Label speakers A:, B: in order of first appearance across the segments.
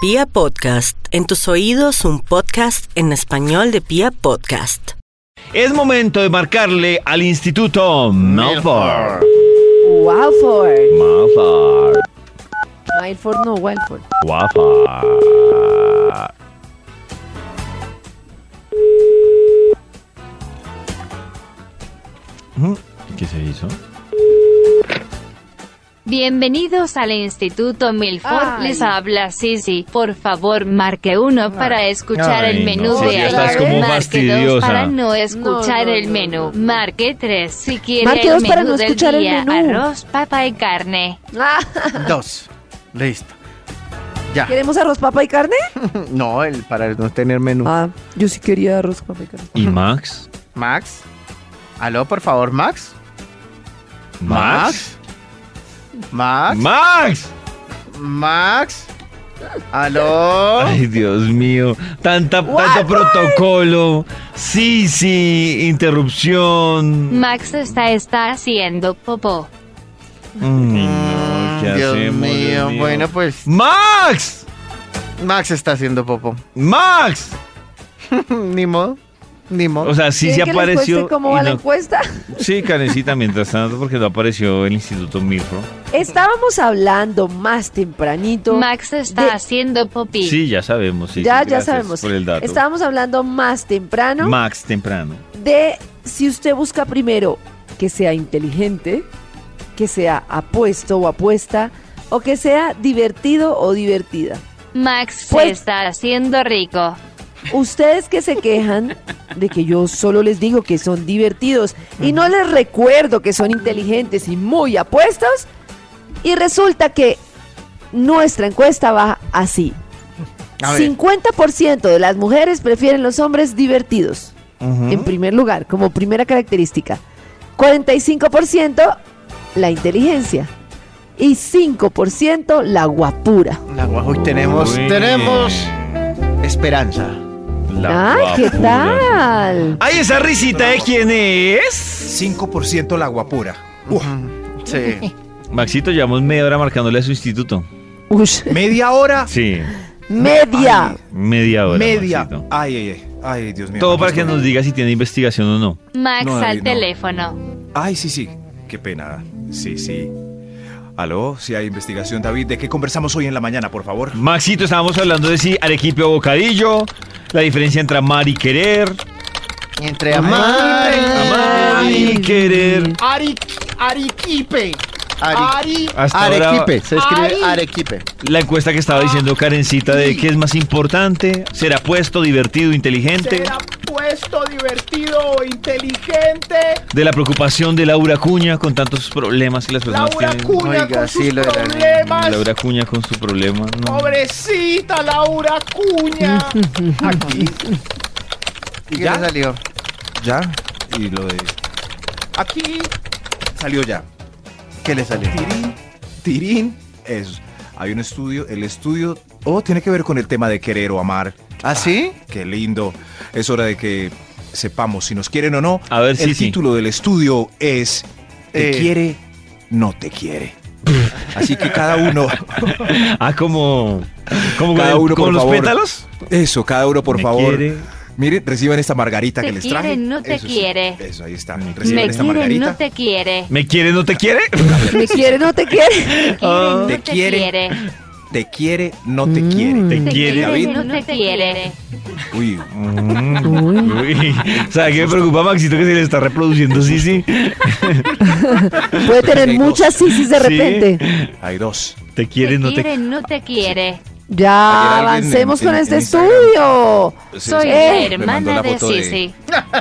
A: Pia Podcast, en tus oídos un podcast en español de Pia Podcast.
B: Es momento de marcarle al Instituto Malfar.
C: Walford.
B: Malfar.
C: Milford no, Walford.
B: Malfar. ¿Qué se hizo?
D: Bienvenidos al Instituto Milford,
C: Ay.
D: les habla Sisi. Por favor, marque uno para escuchar
B: Ay,
D: el menú
B: no,
C: Sisi,
D: de
C: estás
D: ayer.
C: como
D: marque dos
B: fastidiosa.
D: para no escuchar
C: No, no,
D: el
C: no,
D: menú.
C: no, no.
D: Marque tres si quiere
C: Marque
D: el
C: dos
D: menú
C: para no
D: del
C: escuchar el
D: día.
C: menú.
D: Arroz, papa y carne.
C: Ah,
E: Dos. Listo. Ya.
C: ¿Queremos arroz, papa y carne?
E: No, el, para no tener menú.
C: Ah, yo sí quería arroz, papa y carne.
B: ¿Y Max?
E: Max. Aló, por favor, Max.
B: ¿Max?
E: Max. Max.
B: ¡Max!
E: Aló.
B: Ay, Dios mío. Tanta, tanto protocolo. Sí, sí, interrupción.
D: Max está, está haciendo popó.
B: Ay, no, Mm, ¿qué
E: Mm. Dios,
B: hacemos,
E: mío.
B: Dios mío?
E: Bueno, pues
B: ¡Max!
E: Max está haciendo popo.
B: ¡Max!
E: ni modo. Ni modo.
B: O sea, sí se
C: ¿Quieren que les cueste
B: apareció.
C: ¿Cómo
B: y
C: va la
B: no-
C: encuesta?
B: Sí, Karencita, mientras tanto, porque no apareció el Instituto Milfro.
C: Estábamos hablando más tempranito.
D: Max está
C: de-
D: haciendo popí.
B: Sí, ya sabemos. Sí,
C: ya,
B: sí,
C: ya
B: gracias
C: sabemos.
B: Por el dato.
C: Estábamos hablando más temprano
B: Max temprano.
C: de si usted busca primero que sea inteligente, que sea apuesto o apuesta, o que sea divertido o divertida.
D: Max se
C: Pues-
D: está haciendo rico.
C: Ustedes que se quejan de que yo solo les digo que son divertidos y no les recuerdo que son inteligentes y muy apuestos, y resulta que nuestra encuesta va así.
E: A ver.
C: 50% de las mujeres prefieren los hombres divertidos, en primer lugar, como primera característica. 45% la inteligencia y 5% la guapura.
E: La guajo, hoy tenemos,
B: Uy.
E: tenemos esperanza.
B: La
C: ¡Ay, Ah, qué
B: guapura.
C: tal!
B: ¡Ay, esa risita de quién es!
F: 5% la agua pura. Uf,
E: Ujú, Sí.
B: Maxito, llevamos media hora marcándole a su instituto.
C: Ush,
F: media hora.
B: Sí,
C: media.
B: media hora.
F: media.
B: Maxito.
F: Ay, ay, ay, ay, Dios mío.
B: Todo
F: Max,
B: para que
F: no.
B: nos diga si tiene investigación o no.
D: Max
F: No,
D: al
F: David, no.
D: teléfono.
F: Ay, sí, sí. Qué pena. Sí, sí. Aló, si hay investigación, David, ¿de qué conversamos hoy en la mañana, por favor?
B: Maxito, estábamos hablando de si Arequipe o Bocadillo, la diferencia entre amar y querer.
E: Entre amar,
B: Amar y querer.
G: Ari, Ariquipe. Ari,
B: Hasta ahora-
E: Arequipe. Se escribe
G: Ay.
E: Arequipe.
B: La encuesta que estaba diciendo Karencita de qué es más importante, ser apuesto, divertido, inteligente,
G: será puesto divertido, inteligente.
B: de la preocupación de Laura Cuña con tantos problemas que las personas
G: Laura
B: tienen.
G: Cuña
E: Oiga,
G: con sus
E: sí, lo de la-
G: problemas.
B: Laura Cuña con su problema. no.
G: Pobrecita Laura Cuña.
F: Aquí.
E: ¿Y qué
F: ¿Ya?
E: le salió?
F: Ya. Y lo de.
G: Aquí,
F: Salió ya.
E: ¿Qué le salió?
F: Tirín. Tirín. Eso. Hay un estudio. El estudio. Oh, tiene que ver con el tema de querer o amar.
E: ¿Ah, sí?
F: Qué lindo. Es hora de que sepamos si nos quieren o no.
B: A ver,
F: El
B: Sisi.
F: título del estudio es ¿Te
E: Eh.
F: quiere? No te quiere. Así que cada uno,
B: Ah, como, como,
F: cada uno
B: como
F: por
B: los
F: favor.
B: pétalos.
F: Eso, cada uno por
B: Me
F: favor.
B: quiere.
F: Miren, reciban esta margarita
D: Te
F: que les
D: quiere,
F: traje.
D: no te
F: Eso sí.
D: quiere.
F: Eso, ahí está.
B: Me
F: Reciban
D: Me
F: Pues esta
D: quiere,
F: margarita.
D: no te quiere.
B: ¿Me quiere, no te quiere?
C: ¿Me quiere o no te quiere?
D: Te quiere, no
F: Te
D: te
F: quiere.
D: quiere.
F: Te quiere, no te
C: Mm.
F: quiere.
B: ¿Te
D: Te
B: quiere?
D: quiere,
F: David?
D: no te quiere.
F: Uy,
B: Mm.
C: Uy.
B: Uy. ¿Sabes qué me preocupa, Maxito, que se le está reproduciendo sí, sí.
C: Puede tener
F: Perfecto.
C: muchas sisis de
B: Sí.
C: repente.
F: hay dos.
B: Te quiere,
D: Te
B: no te
D: quiere, no te quiere.
C: Ya,
F: Ayer alguien
C: avancemos
F: en-
C: con
F: en-
C: este
F: en Instagram.
C: estudio.
D: Soy la
C: Eh.
F: Me mandó
D: hermana
F: la
D: de
F: foto de-
D: Sisi.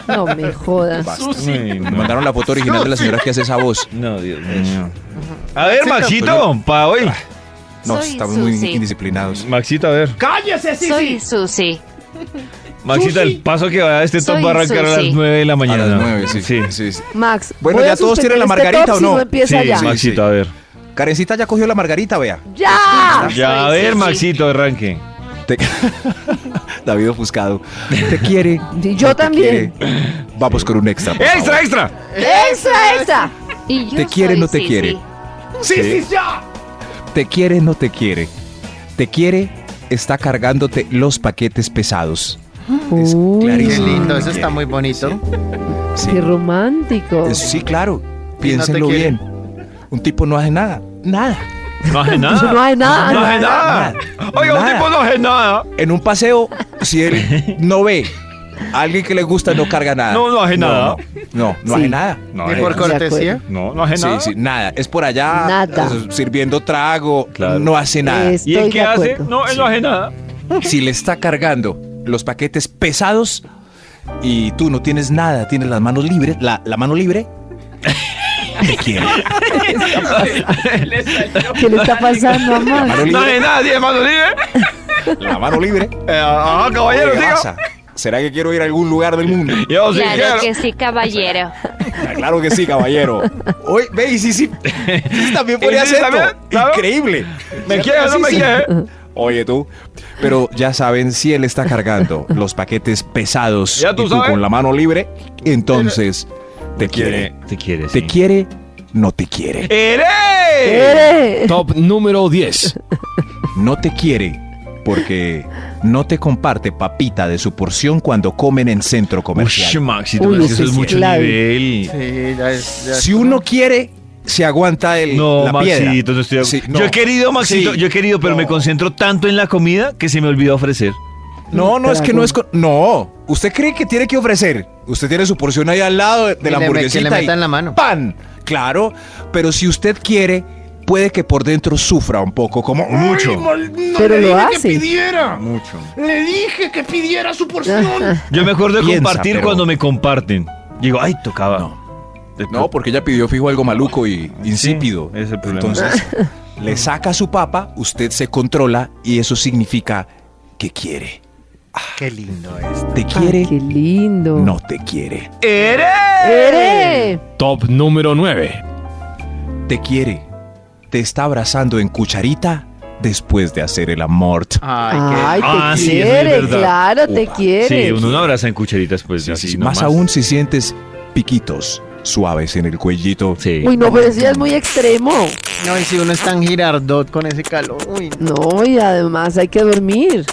C: No me jodas.
F: Basta.
B: Ay,
F: Me
B: no.
F: mandaron la foto original de la señora que hace esa voz.
B: No, Dios mío. A ver,
F: Sí, no,
B: Maxito, para hoy.
F: No,
D: Soy
F: estamos muy
D: Susi.
F: indisciplinados.
B: Maxito, a ver.
G: cállese,
D: Soy
G: Sisi.
D: Susi.
B: Maxito, el paso que va a este top
D: Soy
B: va a arrancar a las
D: Susi.
B: 9 de la mañana.
F: A las nueve, sí. sí, sí.
C: Max.
F: Bueno,
C: voy a
F: ¿ya todos tienen la
C: suspender
F: margarita
C: top
F: o no?
C: Si no
B: Sí,
C: empieza ya.
F: sí.
B: Maxito, a ver.
F: Karencita ya cogió la margarita, vea.
C: ¡Ya!
B: Ya, a
D: Soy
B: ver,
D: Susi.
B: Maxito, arranque.
F: Te- David ofuscado. Te quiere.
C: Y yo
F: no te
C: también.
F: quiere. Vamos con un extra. por favor.
B: ¡Extra, extra!
C: ¡Extra, extra!
D: Y yo
F: Te quiere,
D: soy
F: no te
D: Sisi.
F: quiere.
G: Sisi, ya.
F: Te quiere, no te quiere. Te quiere, está cargándote los paquetes pesados. Es
C: Uy,
E: Qué
F: clarísimo.
E: lindo, ¿eh?
F: no
E: eso
F: te
E: está
F: quiere.
E: muy bonito.
F: Sí,
C: qué romántico.
F: Eh, sí, claro.
E: no
F: Piénsenlo
E: te quiere.
F: bien. Un tipo no hace nada. Nada.
B: No hace nada.
C: Eso no hay nada.
B: No hace nada. Oiga, un
F: Nada.
B: tipo no hace nada.
F: En un paseo, si él no ve a alguien que le gusta, no carga nada.
B: No, no hace nada.
F: No, no, no
C: Sí.
F: hace nada. No
E: Ni
F: hace
E: por
F: nada.
E: cortesía.
B: No, ¿Eh, no hace
F: Sí,
B: nada.
F: sí, nada. Es por allá.
C: Nada.
F: eh, Sirviendo trago.
B: Claro.
F: No hace nada.
C: Es-
B: ¿Y él
C: Estoy
B: qué
C: de
B: hace?
C: acuerdo.
B: No, él no hace nada.
F: Si le está cargando los paquetes pesados y tú no tienes nada, tienes las manos libres, la, la mano libre, te quiere.
C: ¿Qué le está pasando a
F: La
C: Max?
F: mano
B: No hace
F: libre.
B: nada, tiene mano libre.
F: La mano libre.
B: Eh, Ajá, caballero,
F: Oye,
B: diga.
F: Gaza, ¿Será que quiero ir a algún lugar del mundo?
B: Yo sí
D: Claro
B: quiero.
D: que sí, caballero.
F: Ah, Claro que sí, caballero. Oye, ve, y sí, sí. sí, también
B: Y
F: podría
B: sí,
F: hacerlo.
B: también, claro.
F: Increíble.
B: ¿Me quiere o no
F: Sí,
B: me
F: sí.
B: quiere?
F: Oye, tú. Pero ya saben, si él está cargando los paquetes pesados
B: Ya tú
F: y tú
B: sabes.
F: con la mano libre, entonces te quiere.
B: Te quiere,
F: Te quiere, no te quiere.
B: ¡Eres!
C: Eres.
H: Top número 10.
F: No te quiere porque no te comparte papita de su porción cuando comen en centro
B: Ush,
F: comercial.
B: Maxi, tú
C: Uy,
B: me dices
C: ese
B: es
C: es
B: mucho
C: clave.
B: nivel.
E: Sí, ya es. ya es
F: Si
E: como-
F: uno quiere, se aguanta el,
B: No,
F: la piedra.
B: Maxito, no estoy de
F: Sí,
B: acuerdo.
F: no.
B: Yo he querido, Maxito,
F: Sí.
B: yo he querido, pero
F: No.
B: me concentro tanto en la comida que se me olvidó ofrecer.
F: No, no, es que no
C: Dragón.
F: es... con- No, usted cree que tiene que ofrecer. Usted tiene su porción ahí al lado de, de
E: Que le me- que
F: la
E: le
F: hamburguesita y
E: metan la mano.
F: ¡Pan! Claro, pero si usted quiere, puede que por dentro sufra un poco, como... Mucho.
C: Pero
G: le
C: lo
G: dije
C: hace.
G: que pidiera.
B: Mucho.
G: Le dije que pidiera su porción.
B: Yo me acuerdo de
F: Piensa,
B: compartir
F: pero-
B: cuando me comparten. Digo, ay, tocaba. De-
F: No, porque ella pidió fijo algo maluco y insípido.
B: ese es el problema.
F: Entonces, le saca su papa, usted se controla y eso significa que quiere.
E: Qué lindo es.
F: ¿Te
C: Ay,
F: quiere?
C: qué lindo.
F: No te quiere.
C: Eres.
H: Top número 9.
F: Te quiere. Te está abrazando en cucharita después de hacer el amor.
E: Ay, qué.
C: Ay, te
B: Ah, sí, eso es
C: quiere,
B: verdad.
C: claro, te
F: Upa.
C: quiere.
B: Sí, uno no abraza en cucharitas, pues.
F: Sí,
B: así,
F: sí,
B: nomás.
F: Más aún si sientes piquitos suaves en el cuellito.
B: Sí.
C: Uy, no, pero eso ya es muy extremo.
E: No, y si uno está en girardot con ese calor. Uy, no.
C: No, y además hay que dormir.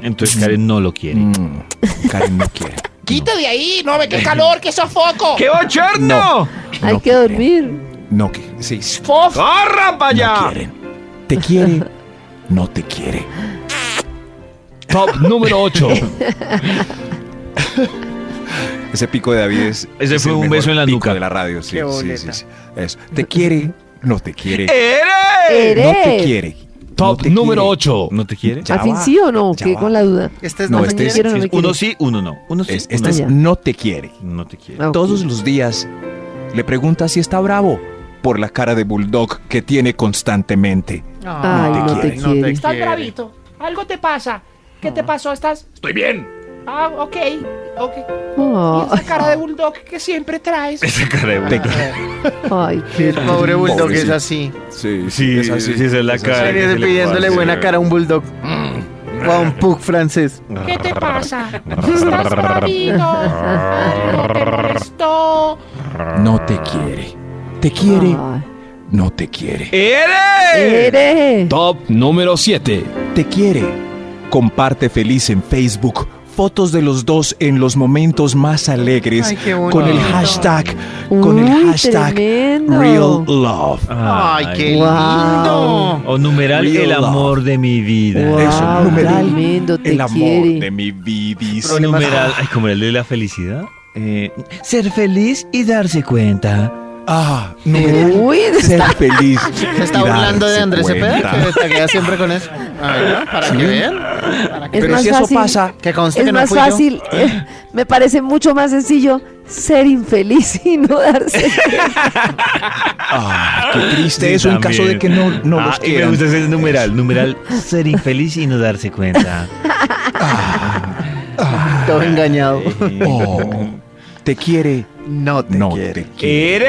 B: Entonces Karen no lo quiere.
F: Mm, Karen no quiere.
G: Quita de ahí. No, ve qué calor, qué sofoco.
B: ¡Qué bochorno!
C: Hay
F: No
C: que
F: quiere.
C: dormir.
F: No quiere. Sí, sí,
G: Fof.
B: ¡Corra para allá!
F: no quieren. Te quiere, no te quiere.
H: Top número 8.
F: Ese pico de David es.
B: Ese
F: es
B: fue
F: el
B: un
F: mejor
B: beso en la
F: pico
B: nuca.
F: de la radio, sí.
E: Qué
F: sí,
E: boleta.
F: sí, sí. Eso. Te quiere, no te quiere.
C: Eres.
F: No te quiere.
H: Top
F: te
H: número
F: quiere.
H: 8.
B: ¿No te quiere?
F: Ya
C: ¿Al fin
F: va,
C: sí o no?
F: ya
C: Quedé
F: va.
C: con la duda.
E: Este es
F: No,
E: no,
F: este es-
C: quiero, no me
B: Uno
C: quiere.
B: sí, uno no. Uno sí,
F: Es- Oh. este
B: uno
F: es
C: ya.
F: no te quiere.
B: no te quiere.
C: Ah, ok.
F: Todos los días le pregunta si está bravo por la cara de bulldog que tiene constantemente.
C: Ay,
F: no te
C: quiere.
G: Estás bravito. Algo te pasa. ¿Qué te pasó? ¿Estás? Estoy bien. Ah, ok. Ok.
C: Oh,
G: Y esa cara de bulldog que siempre traes.
B: Esa cara de
F: Te
B: bulldog.
F: quiere.
C: ay, qué
E: El pobre bulldog es
F: Pobrecito.
E: así.
F: Sí,
B: Sí,
F: es así.
B: sí, esa es la cara.
E: Venirse
B: que se le
E: pidiéndole
B: pasa.
E: buena cara a un bulldog. O a un pug francés.
G: ¿Qué te pasa? Estás bravito. Algo te molestó.
F: No te quiere. Te quiere,
C: Ay.
F: no te quiere.
C: Ah. Eres.
H: Top número 7.
F: te quiere. Comparte feliz en Facebook fotos de los dos en los momentos más alegres
E: Ay, qué bonito.
F: con el hashtag con el
C: Uy,
F: hashtag
C: tremendo.
F: real love.
E: Ay, qué
C: Wow.
E: lindo.
B: O numeral
F: Real
B: el
F: love.
B: amor de mi vida.
C: Wow,
F: Eso, numeral,
C: tremendo, te
F: el amor
C: quiere.
F: de mi vidis.
B: O numeral, ay, como el de la felicidad. Eh, ser feliz y darse cuenta.
F: Ah, numeral.
C: Uy,
F: Ser feliz.
E: Se está burlando de Andrés Cepeda, que
F: Cepeda.
E: se taguea siempre con eso. A ver, para que vean.
C: es
F: Pero
C: más
F: si eso
C: fácil.
F: pasa,
E: Que conste
C: Es
E: que no
C: más
E: fui
C: fácil, eh, me parece mucho más sencillo ser infeliz y no darse.
F: ah, qué triste
B: Sí,
F: eso en caso de
B: también.
F: que no, no
B: Ah,
F: los
B: y me
F: quieran.
B: gusta ese numeral. Numeral ser infeliz y no darse cuenta.
E: yo. Todo engañado.
B: Eh,
F: Oh, te quiere,
E: No te
F: no
E: quiere.
F: te quiere.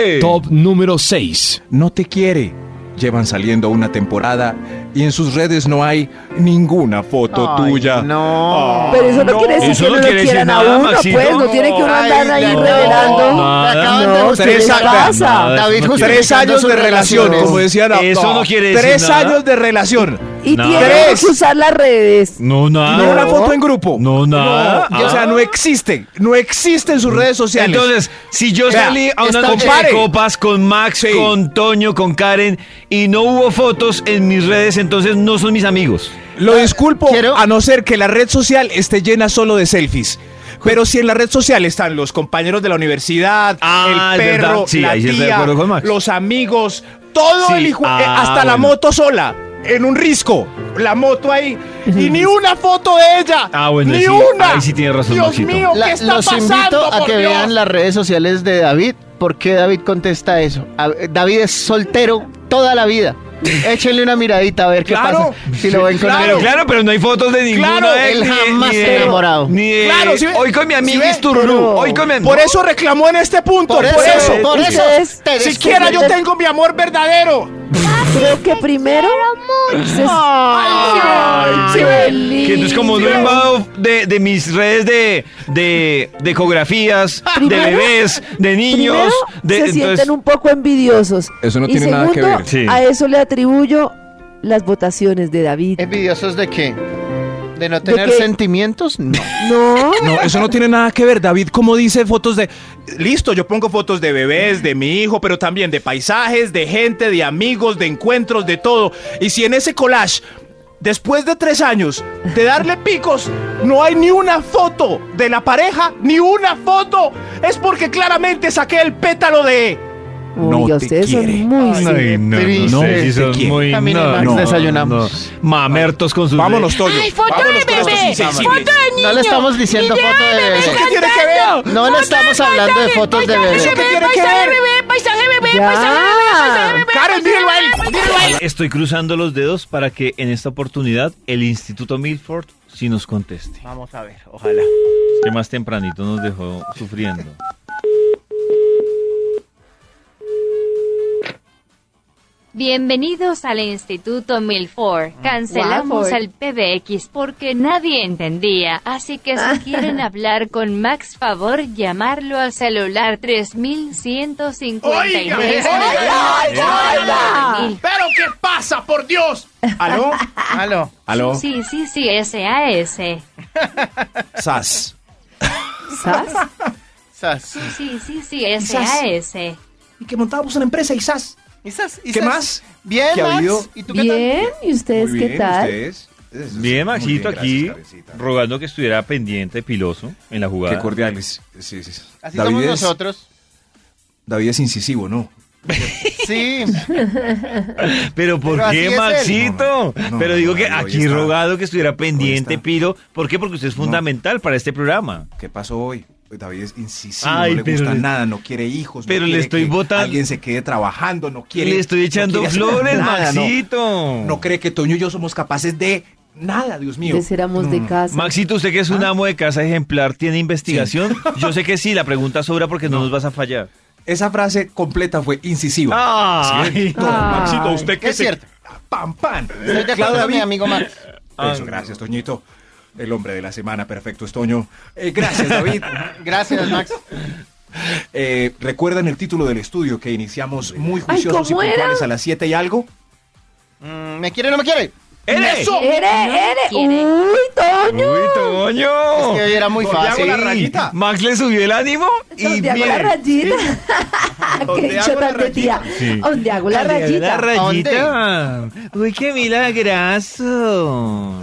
B: ¡Eres!
H: Top número 6.
F: no te quiere. Llevan saliendo una temporada y en sus redes no hay ninguna foto
E: Ay,
F: tuya. Ah.
E: No.
C: Pero eso no, quiere decir
B: Eso
C: que
B: no
C: no lo
B: quiere decir
C: quieran a
B: nada,
C: uno,
B: Maxito.
C: pues, no tiene que uno
E: Ay,
C: andar ahí
E: no,
C: revelando.
B: no,
E: Te acaban
C: no,
E: de
C: ¿qué les
E: mostrar.
C: pasa?
B: Nada,
E: David
B: eso no
E: José
B: quiere-
E: Buscando sus relaciones.
F: decía
B: Eso no quiere decir
F: Tres
B: nada.
F: años de relación.
C: Y
B: No.
C: tiene
F: Tres.
C: que usar las redes.
B: No, nada.
F: No, una foto en grupo.
B: No, nada. Ah. Mm.
F: No, O sea, no existe. No existe en sus redes sociales.
B: Entonces, si yo
F: Vea,
B: salí a una
F: esta-
B: noche
F: compare.
B: de copas con Max,
F: Sí.
B: con Toño, con Karen y no hubo fotos en mis redes, entonces no son mis amigos.
F: Lo disculpo,
E: quiero-
F: a no ser que la red social esté llena solo de selfies. Pero si en la red social están los compañeros de la universidad,
B: Ah,
F: el
B: es verdad.
F: perro,
B: Sí,
F: la
B: ahí sí estoy de
F: tía,
B: acuerdo con Max.
F: los amigos, todo
B: Sí,
F: el hijo, eh,
B: ah,
F: hasta la
B: bueno.
F: moto sola, en un risco, la moto ahí, y ni una foto de ella,
B: Ah, bueno,
F: ni
B: sí,
F: una.
B: ahí sí tiene razón,
F: Dios
B: Maxito.
F: mío, ¿qué
E: La-
F: está
E: los
F: pasando?
E: invito a
F: por
E: que
F: Dios?
E: vean las redes sociales de David. ¿Por qué David contesta eso? A- David es soltero toda la vida. Échenle una miradita a ver qué
F: Claro.
E: pasa. Si lo ven con
F: Claro.
B: Pero claro, pero no hay fotos de ninguno
F: Claro,
B: de
E: él
B: ni-
E: jamás
B: ni
E: se
B: de-
E: ha enamorado.
B: Ni de-
F: Claro, sí ve-
B: hoy con mi
F: sí
B: amiga
F: ve,
B: es tururú,
C: pero-
B: hoy con mi am-
F: Por eso reclamó en este punto, por eso.
E: por eso.
C: Ustedes-
E: te
F: Siquiera yo
E: descubrí-
F: tengo mi amor verdadero.
C: Creo que primero. se-
F: sí,
C: qué
B: que entonces como no he
C: lindo.
B: armado de, de mis redes de, de, de ecografías, de
C: Primero-
B: bebés, de niños,
C: Primero,
B: de
C: se sienten un poco envidiosos.
F: Eso no
C: y
F: tiene
C: segundo,
F: nada que ver.
B: Sí.
C: A eso le atribuyo las votaciones de
F: Eh,
C: David.
E: ¿Envidiosos de qué? ¿De no
C: ¿De
E: tener
C: qué?
E: sentimientos? No.
C: No.
F: No, eso no tiene nada que ver. David, como dice fotos de. Listo, yo pongo fotos de bebés, de mi hijo, pero también de paisajes, de gente, de amigos, de encuentros, de todo. Y si en ese collage, después de tres años de darle picos, no hay ni una foto de la pareja, ni una foto, es porque claramente saqué el pétalo de. No
C: Uy,
F: te
C: ustedes son
E: Eh,
F: quiere.
C: muy.
E: no, no sé, si
F: son muy-
E: Camila y Max desayunamos.
B: Mamertos con sus
F: Vámonos, Toyo.
G: ¡Ay, foto
F: Vámonos
G: de
F: con estos
G: bebé!
F: insensibles.
G: ¡Foto de niño!
E: No le estamos diciendo foto de
F: ¿Eso qué
E: bebé.
F: tiene que ver?
E: No le estamos hablando de fotos de bebé.
F: ¿Qué tiene que ver?
E: pues
C: Ya.
F: Karen, dígalo a él. dígalo a él.
B: Estoy cruzando los dedos para que en esta oportunidad el Instituto Milford sí nos conteste.
E: Vamos a ver, ojalá.
B: Que más tempranito nos dejó sufriendo.
D: Bienvenidos al Instituto Milford. Cancelamos
C: Guau,
D: al PBX porque nadie entendía. Así que si quieren hablar con Max, favor llamarlo al celular 3153.
F: ¿Pero qué pasa, por Dios? ¿Aló?
E: Aló.
F: ¿Aló?
D: Sí, sí, sí, ese a ese.
F: Sas.
C: ¿Sabes?
E: Sas.
D: Sí, sí, sí, ese a ese.
G: Y que montábamos una empresa y ¡zas!
E: ¿Y sas? ¿Y
F: ¿Qué
E: sas?
F: más?
E: Bien,
F: ¿Qué ha
E: Max.
F: habido?
E: ¿Y tú qué tal?
C: Bien, ¿y ustedes qué tal?
B: Bien, Maxito, aquí rogando que estuviera pendiente Piloso en la jugada.
F: Qué cordiales. Eh, Sí, sí.
E: Así somos
F: es,
E: nosotros.
F: David es incisivo, ¿no?
E: Sí.
B: Pero ¿por
E: Pero así
B: qué,
E: es él.
B: Maxito?
F: No, no,
B: Pero digo que
F: no, hoy
B: aquí
F: está-
B: rogado que estuviera pendiente
F: está.
B: Pilo. ¿Por qué? Porque usted es
F: No.
B: fundamental para este programa.
F: ¿Qué pasó hoy? Pues David es incisivo,
B: Ay,
F: no le
B: pero
F: gusta
B: le-
F: nada, no quiere hijos. no
B: pero le
F: quiere
B: estoy
F: que
B: botando-
F: Alguien se quede trabajando, no quiere.
B: Le estoy
F: no
B: echando
F: quiere hacer
B: flores,
F: nada, no.
B: Maxito.
F: No, cree que Toño y yo somos capaces de nada, Dios mío.
C: Antes éramos
F: Mm,
C: de casa.
B: Maxito, usted que es
F: ¿Ah?
B: un amo de casa ejemplar, ¿tiene investigación? Yo sé que sí, la pregunta sobra porque no, nos vas a fallar.
F: Esa frase completa fue incisiva.
B: Ay.
F: No,
C: Ah.
F: Maxito, usted que
E: Es
F: se-
E: cierto.
F: ¡Pam, pam!
E: Estoy de acuerdo
F: Claro,
E: con mi
F: David.
E: amigo Max.
F: Eso, gracias, Toñito. El hombre de la semana, perfecto, es Toño. Eh, gracias, David.
E: Gracias, Max.
F: Eh, ¿Recuerdan el título del estudio que iniciamos muy
C: Ay,
F: juiciosos y
C: ¿cómo era?
F: puntuales a las 7 y algo?
E: Mm, ¿Me quiere o no me quiere?
B: ¡Ere!
F: ¡Eso!
C: ¡Ere, ere!
D: quiere.
C: ¡Uy, Toño!
B: ¡Uy, Toño!
E: Es que era muy
F: No, le hago
E: fácil.
F: la rayita.
B: Max le subió el ánimo y
C: ¿Dónde hago la
B: miren,
C: rayita?
F: ¿Dónde
C: ¿Qué
F: hago
C: yo
F: la
C: tan de tía?
B: Sí.
C: ¿Dónde hago la
B: Dale,
C: rayita?
B: la rayita. Uy, qué milagrazo.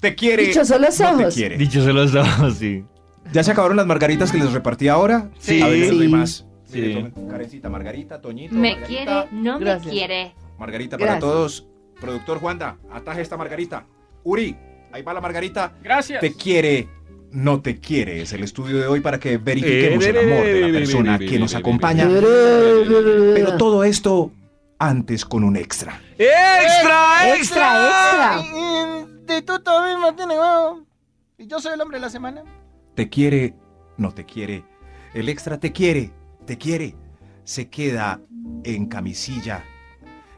F: Te quiere.
C: Dichosos los
F: no te
C: ojos.
F: quiere.
B: Dicho se los dos, sí.
F: ¿Ya se acabaron las margaritas que les repartí ahora?
B: Sí.
F: A ver, les
C: Sí.
F: doy más.
B: Sí.
F: Sí, les doy- Karencita, Margarita, Toñito.
D: Me
F: Margarita.
D: quiere, no me
C: Gracias.
D: quiere.
F: Margarita para
C: Gracias.
F: todos. Productor Juanda, ataje esta Margarita. Uri, ahí va la Margarita.
G: ¡Gracias!
F: Te quiere, no te quiere. Es el estudio de hoy para que verifiquemos el amor de la persona que nos
C: eh,
F: acompaña. Pero todo esto antes con un extra.
B: ¡Extra,
C: Extra, extra.
E: Instituto David Martínez. wow. Y yo soy el hombre de la semana.
F: Te quiere, no te quiere. El extra te quiere, te quiere. Se queda en camisilla,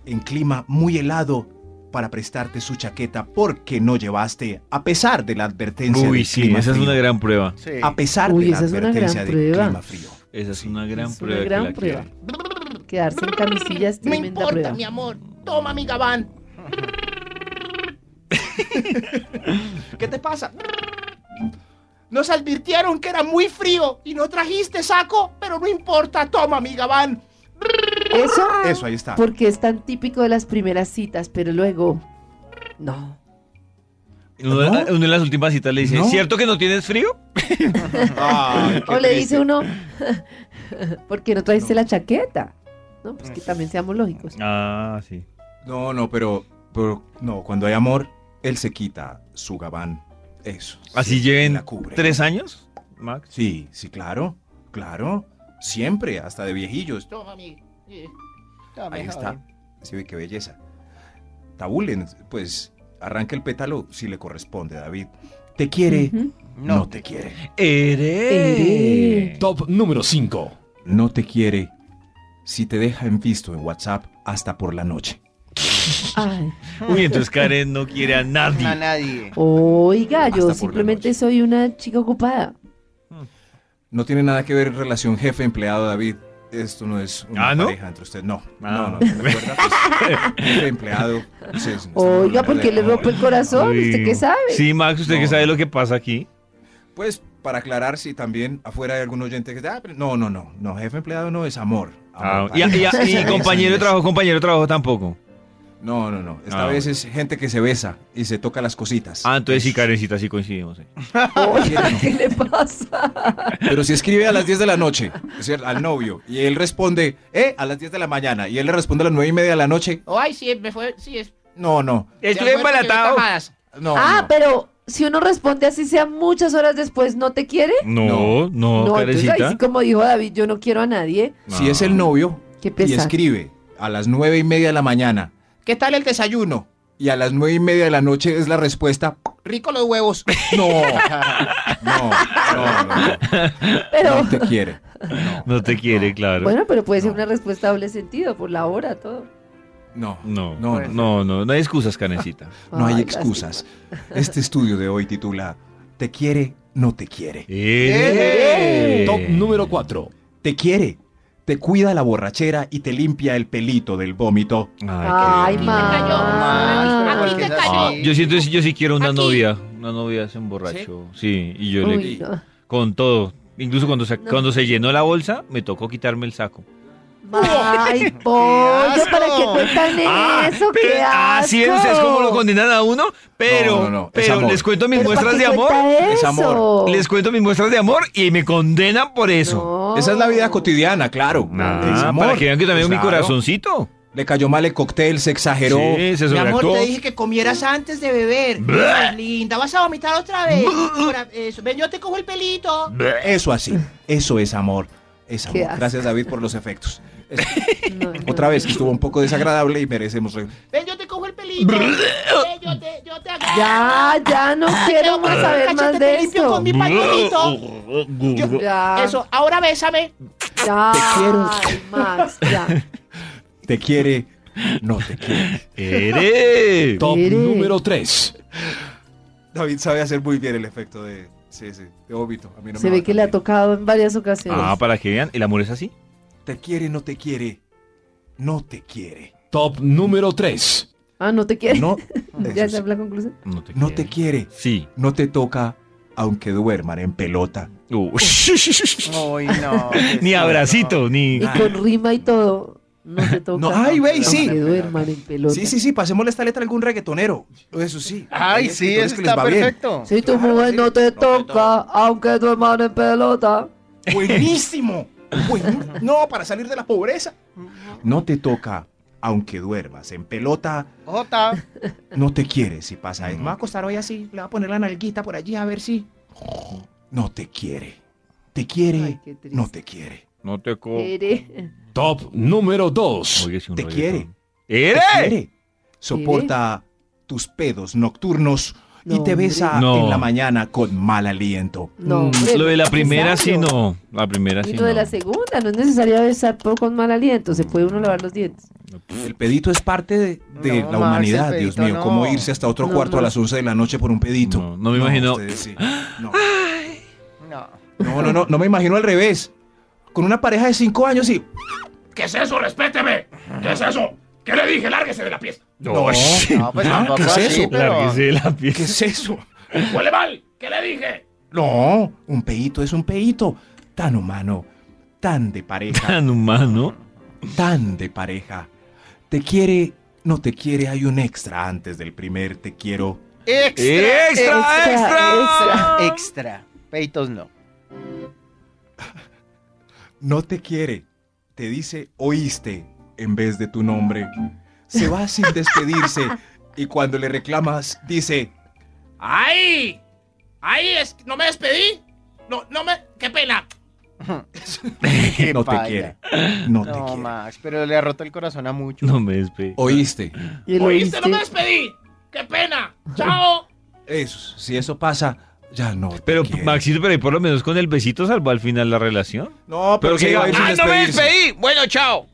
F: en clima muy helado para prestarte su chaqueta porque no llevaste, a pesar de la advertencia
B: Uy,
F: del
B: sí,
F: clima
B: esa es
F: frío.
B: una gran prueba.
E: Sí.
F: A pesar
C: Uy,
F: de la
C: esa es una gran
F: advertencia del
C: prueba.
F: clima frío.
B: Esa es una gran
C: Es una
B: prueba. que
C: gran
B: la
C: prueba.
B: quiere.
C: Quedarse en camisillas es
I: No
C: tremenda
I: importa,
C: prueba.
I: mi amor. Toma mi gabán.
G: ¿Qué te pasa? Nos advirtieron que era muy frío y no trajiste saco, pero no importa. Toma, mi gabán.
C: Eso,
F: Eso, ahí está.
C: porque es tan típico de las primeras citas, pero luego. No.
B: Uno, de- uno en las últimas citas le dice,
F: No.
B: ¿cierto que no tienes frío?
F: Ay, qué
C: O le
F: triste.
C: dice uno, ¿por qué no trajiste la chaqueta? No, pues que también seamos lógicos.
B: Ah, sí.
F: No, no, pero, pero no, cuando hay amor, él se quita su gabán. Eso.
B: Así
F: Sí,
B: lleven
F: la cubre.
B: tres años, Max.
F: Sí, sí, claro, claro. Siempre, hasta de viejillos.
G: Toma, mi. eh,
E: Tome,
F: Ahí está.
E: joven.
F: Se ve qué belleza. Tabulen, pues arranca el pétalo si le corresponde, David. Te quiere,
C: Ujú.
F: no. te quiere.
B: Ere.
H: Top número 5.
F: No te quiere si te deja en visto en WhatsApp hasta por la noche.
C: Ay.
B: Uy, entonces Karen no quiere a
E: A
B: nadie.
E: nadie.
C: Oiga,
F: Hasta por
C: yo
F: la
C: simplemente
F: noche.
C: soy una chica ocupada.
F: No tiene nada que ver en relación jefe-empleado, David. Esto no es una
B: Ah, ¿no?
F: pareja entre ustedes. No,
B: Ah.
F: no, no. ¿te acuerdas? Pues, jefe-empleado. ustedes no están
C: Oiga,
F: hablando de
C: ¿por qué le
F: amor.
C: rompe el corazón? ¿Usted qué
B: Uy.
C: sabe?
B: Sí, Max, ¿usted qué
F: No.
B: sabe lo que pasa aquí?
F: Pues para aclarar si también afuera hay algún oyente que dice, ah, pero no, no, no, no, jefe empleado no es amor.
B: Ah,
F: Amor,
B: y, y-
F: pareja.
B: y
F: Esa
B: compañero de
F: es-
B: trabajo, compañero de trabajo tampoco.
F: No, no, no. Esta
B: Ah,
F: vez es gente que se besa y se toca las cositas.
B: Ah, entonces sí, Karencita, sí coincidimos. eh.
C: Oiga, ¿qué le pasa?
F: Pero si escribe a las 10 de la noche, es decir, al novio, y él responde, eh, a las 10 de la mañana, y él le responde a las 9 y media de la noche,
G: Ay, sí, me fue. Sí, es.
F: no, no,
B: Estoy embalatado.
F: no.
C: ah,
F: no.
C: pero si uno responde así sea muchas horas después, ¿no te quiere?
B: No, no,
C: no, entonces ahí
B: Karencita.
C: sí, como dijo David, yo no quiero a nadie.
F: Si es el novio
C: Qué
F: y
C: pesar.
F: escribe a las 9 y media de la mañana, ¿qué tal el desayuno? Y a las 9 y media de la noche es la respuesta,
G: Rico los huevos.
F: No, no, no, no,
C: pero,
F: no te quiere.
B: No te quiere, claro.
C: bueno, pero puede ser
F: No.
C: una respuesta doble sentido por la hora, todo.
F: No,
B: no, no,
F: no, no.
B: no, no, no hay excusas, Karencita.
F: no hay
C: Ay,
F: excusas. Este estudio de hoy titula Te quiere, no te quiere.
B: Eh.
H: Top número 4.
F: Te quiere, te cuida la borrachera y te limpia el pelito del vómito.
C: Ay,
B: qué-
C: ma.
E: Mal,
G: Aquí
E: pero
G: te
E: ¿por qué es
G: cayó.
B: Ah,
E: así?
B: yo siento, yo sí quiero una
G: Aquí.
B: novia, una novia es un borracho, sí, y yo le
C: Uy, no.
B: con todo, incluso cuando se,
C: No.
B: cuando se llenó la bolsa, me tocó quitarme el saco.
C: Ay, pollo,
E: asco!
C: ¿para qué cuentan eso?
B: pero-
C: ¡Qué
B: ah, sí, ven
C: asco!
B: ustedes cómo lo condenan a uno, pero,
F: No, no, no, es
B: pero
F: amor.
B: les cuento mis
C: ¿Pero para
B: muestras
C: qué
B: de amor,
C: cuenta
F: es amor.
C: eso?
B: les cuento mis muestras de amor y me condenan por eso.
C: No.
F: Esa es la vida cotidiana, claro.
B: Ah,
F: Es amor.
B: para que vean que también mi
F: Claro.
B: corazoncito.
F: Le cayó mal el cóctel, se exageró.
B: sí, se
G: Mi amor,
B: sobreactuó.
G: te dije que comieras antes de beber.
B: Bleh.
G: Ay, linda, vas a vomitar otra vez. Ahora, eso. Ven, yo te cojo el pelito.
F: Eso así, eso es amor. Es
C: Qué
F: amor.
C: asco.
F: Gracias David por los efectos. Es-
C: No, no,
F: Otra vez
C: no.
F: que estuvo un poco desagradable y merecemos re-
G: Ven, yo te cojo el pelito. Ven, yo te, yo te agarro.
C: Ya, ya no quiero más saber
G: Cachete,
C: más
G: te
C: de
G: limpio
C: esto.
G: con mi pañuelito.
B: uh,
G: Yo-
C: Ya,
G: Eso, ah, ahora bésame.
C: ya, ay, Max, ya.
F: Te quiere, no te quiere.
B: ¡Ere!
H: Top
C: Mire.
H: número 3.
F: David sabe hacer muy bien el efecto de. Sí, sí, de óbito. A mí no
C: Se
F: me
C: ve
F: va
C: que
F: tan
C: le ha
F: bien.
C: tocado en varias ocasiones.
B: Ah, para que vean, el amor es así.
F: Te quiere, no te quiere. No te quiere.
H: Top número 3.
C: Ah, no te quiere.
F: No,
C: ya esa
F: eso
C: es
F: sí.
C: la conclusión.
B: No te
F: no te quiere.
B: Sí.
F: No te toca, aunque duerman en pelota.
B: Uy.
E: Uy, no. qué
B: Uh. ni
E: susto.
B: abracito, ni...
C: Y con rima y todo. No te toca.
F: No, ay, güey, sí.
C: Aunque duerman en pelota.
F: Sí, sí, sí, pasémosle esta letra a algún reggaetonero. Eso sí.
E: Ay,
F: Hay
E: sí,
F: reggaetoneros
E: eso
F: que les
E: está
F: va bien.
E: perfecto.
C: Si tu
F: Claro,
C: mujer
F: sí.
C: no te toca, aunque duerman en pelota.
F: Buenísimo. Buen- No, para salir de la pobreza. No te toca, aunque duermas en pelota. Ah,
E: Jota.
F: No te quiere si pasa
G: Me va a
F: eso.
G: acostar hoy así. Le voy a poner la nalguita por allí a ver si.
F: No te quiere. Te quiere,
C: Ay, qué triste.
F: no te quiere.
B: No te co...
C: Quiere.
H: Top número 2.
B: Oye, si un
F: Te
B: reggaetón.
F: Te
B: ¡Ere!
F: quiere. Soporta tus pedos nocturnos y
C: No,
F: te besa
B: hombre.
F: en
B: No.
F: la mañana con mal aliento.
C: No,
B: Mm,
C: hombre,
B: Lo de la
C: qué
B: primera sí
C: pesado.
B: no. La primera sí
C: Y
B: no.
C: lo de la segunda, no es necesario besar por con mal aliento, se puede uno lavar los dientes.
F: El pedito es parte de, de
E: No,
F: la
E: Max,
F: humanidad,
E: el
F: Dios
E: pedito
F: mío.
E: no.
F: ¿Cómo irse hasta otro
C: No,
F: cuarto a
C: no.
F: las 11 de la noche por un pedito?
B: No, no me imagino.
F: ustedes sí. No.
E: No.
F: No, no, no, no me imagino al revés. Con una pareja de cinco años y.
G: ¿Qué es eso? Respéteme. ¿Qué es eso? ¿Qué le dije? Lárguese de la pieza.
F: No,
E: No, pues
F: ¿Ah?
E: tampoco
F: ¿Qué es
E: así,
F: eso?
E: pero-
B: Lárguese de la piel.
F: ¿Qué es eso?
G: ¡Huele mal! ¿Qué le dije?
F: No, un peito es un peito. Tan humano, tan de pareja,
B: Tan humano.
F: tan de pareja. Te quiere, no te quiere, hay un extra antes del primer te quiero.
E: Extra,
C: Extra, extra.
E: extra, extra. Peitos no.
F: No te quiere, te dice oíste en vez de tu nombre. Se va sin despedirse y cuando le reclamas dice,
G: ¡Ay! ¡Ay! Es... ¿No me despedí? No, no me... ¡Qué pena!
E: Qué
F: no te
E: palla.
F: quiere, no te
E: No,
F: quiere.
E: Max, pero le ha roto el corazón a muchos.
B: No me despegue.
F: Oíste.
C: ¿Y lo
G: ¿Oíste? ¡No me
C: oíste?
G: despedí! ¡Qué pena! ¡Chao!
F: Eso, si eso pasa, ya no. te
B: Pero,
F: quiere.
B: Maxito, pero ahí por lo menos con el besito salvó al final la relación.
F: No,
B: pero
F: pero,
B: que
F: que
B: diga,
F: iba a ir sin
B: "Ah,
F: despedirse".
G: Bueno, chao.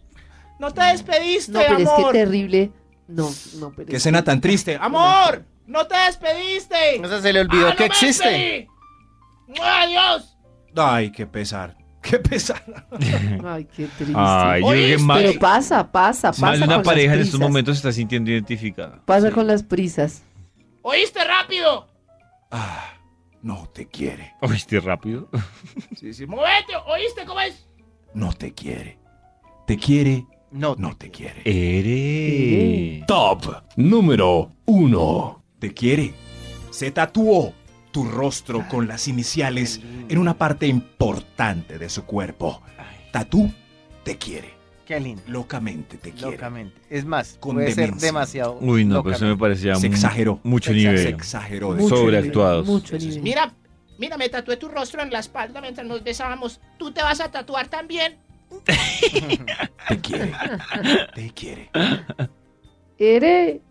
G: No te despediste,
C: No, pero es
G: amor.
C: que terrible. No, no, pero
F: Qué
C: es
F: escena tan triste.
G: Amor, no te despediste.
E: O sea, se le olvidó
G: ¡Ah, no
E: que
G: me
E: existe.
G: despedí! ¡Muah, ¡Adiós!
F: Ay, qué pesar. Qué pesar.
C: Ay, qué triste.
B: Ay, yo creo que
G: Oíste,
B: más,
C: pero pasa, pasa, pasa.
B: más de una
C: con
B: pareja en
C: las
B: estos
C: prisas.
B: momentos se está sintiendo identificada.
C: Pasa con las prisas.
G: ¡Oíste rápido!
F: Ah, no te quiere.
B: Oíste rápido.
F: Sí, sí, mo-
G: ¡Muévete! ¿Oíste cómo es?
F: No te quiere. Te quiere,
E: No,
F: no te quiere.
B: Ere.
H: Top número 1.
F: Te quiere. Se tatuó tu rostro con las iniciales en una parte importante de su cuerpo. Tatú te quiere.
E: qué lindo.
F: Locamente te quiere.
E: Locamente. Es más,
F: Con
E: puede ser
F: demencia.
E: demasiado.
B: Uy, no, pues eso me
E: locamente.
B: parecía
F: Se
B: mu-
F: exageró.
B: mucho
E: Se
F: Se
B: nivel.
F: exageró. de
B: Mucho.
F: eso.
B: Sobreactuados.
C: nivel, Mucho
F: Eso es-
C: nivel.
G: Mira, mira, me tatué tu rostro en la espalda mientras nos besábamos. ¿Tú te vas a tatuar también?
F: Te quiere. Te quiere.
C: Ere,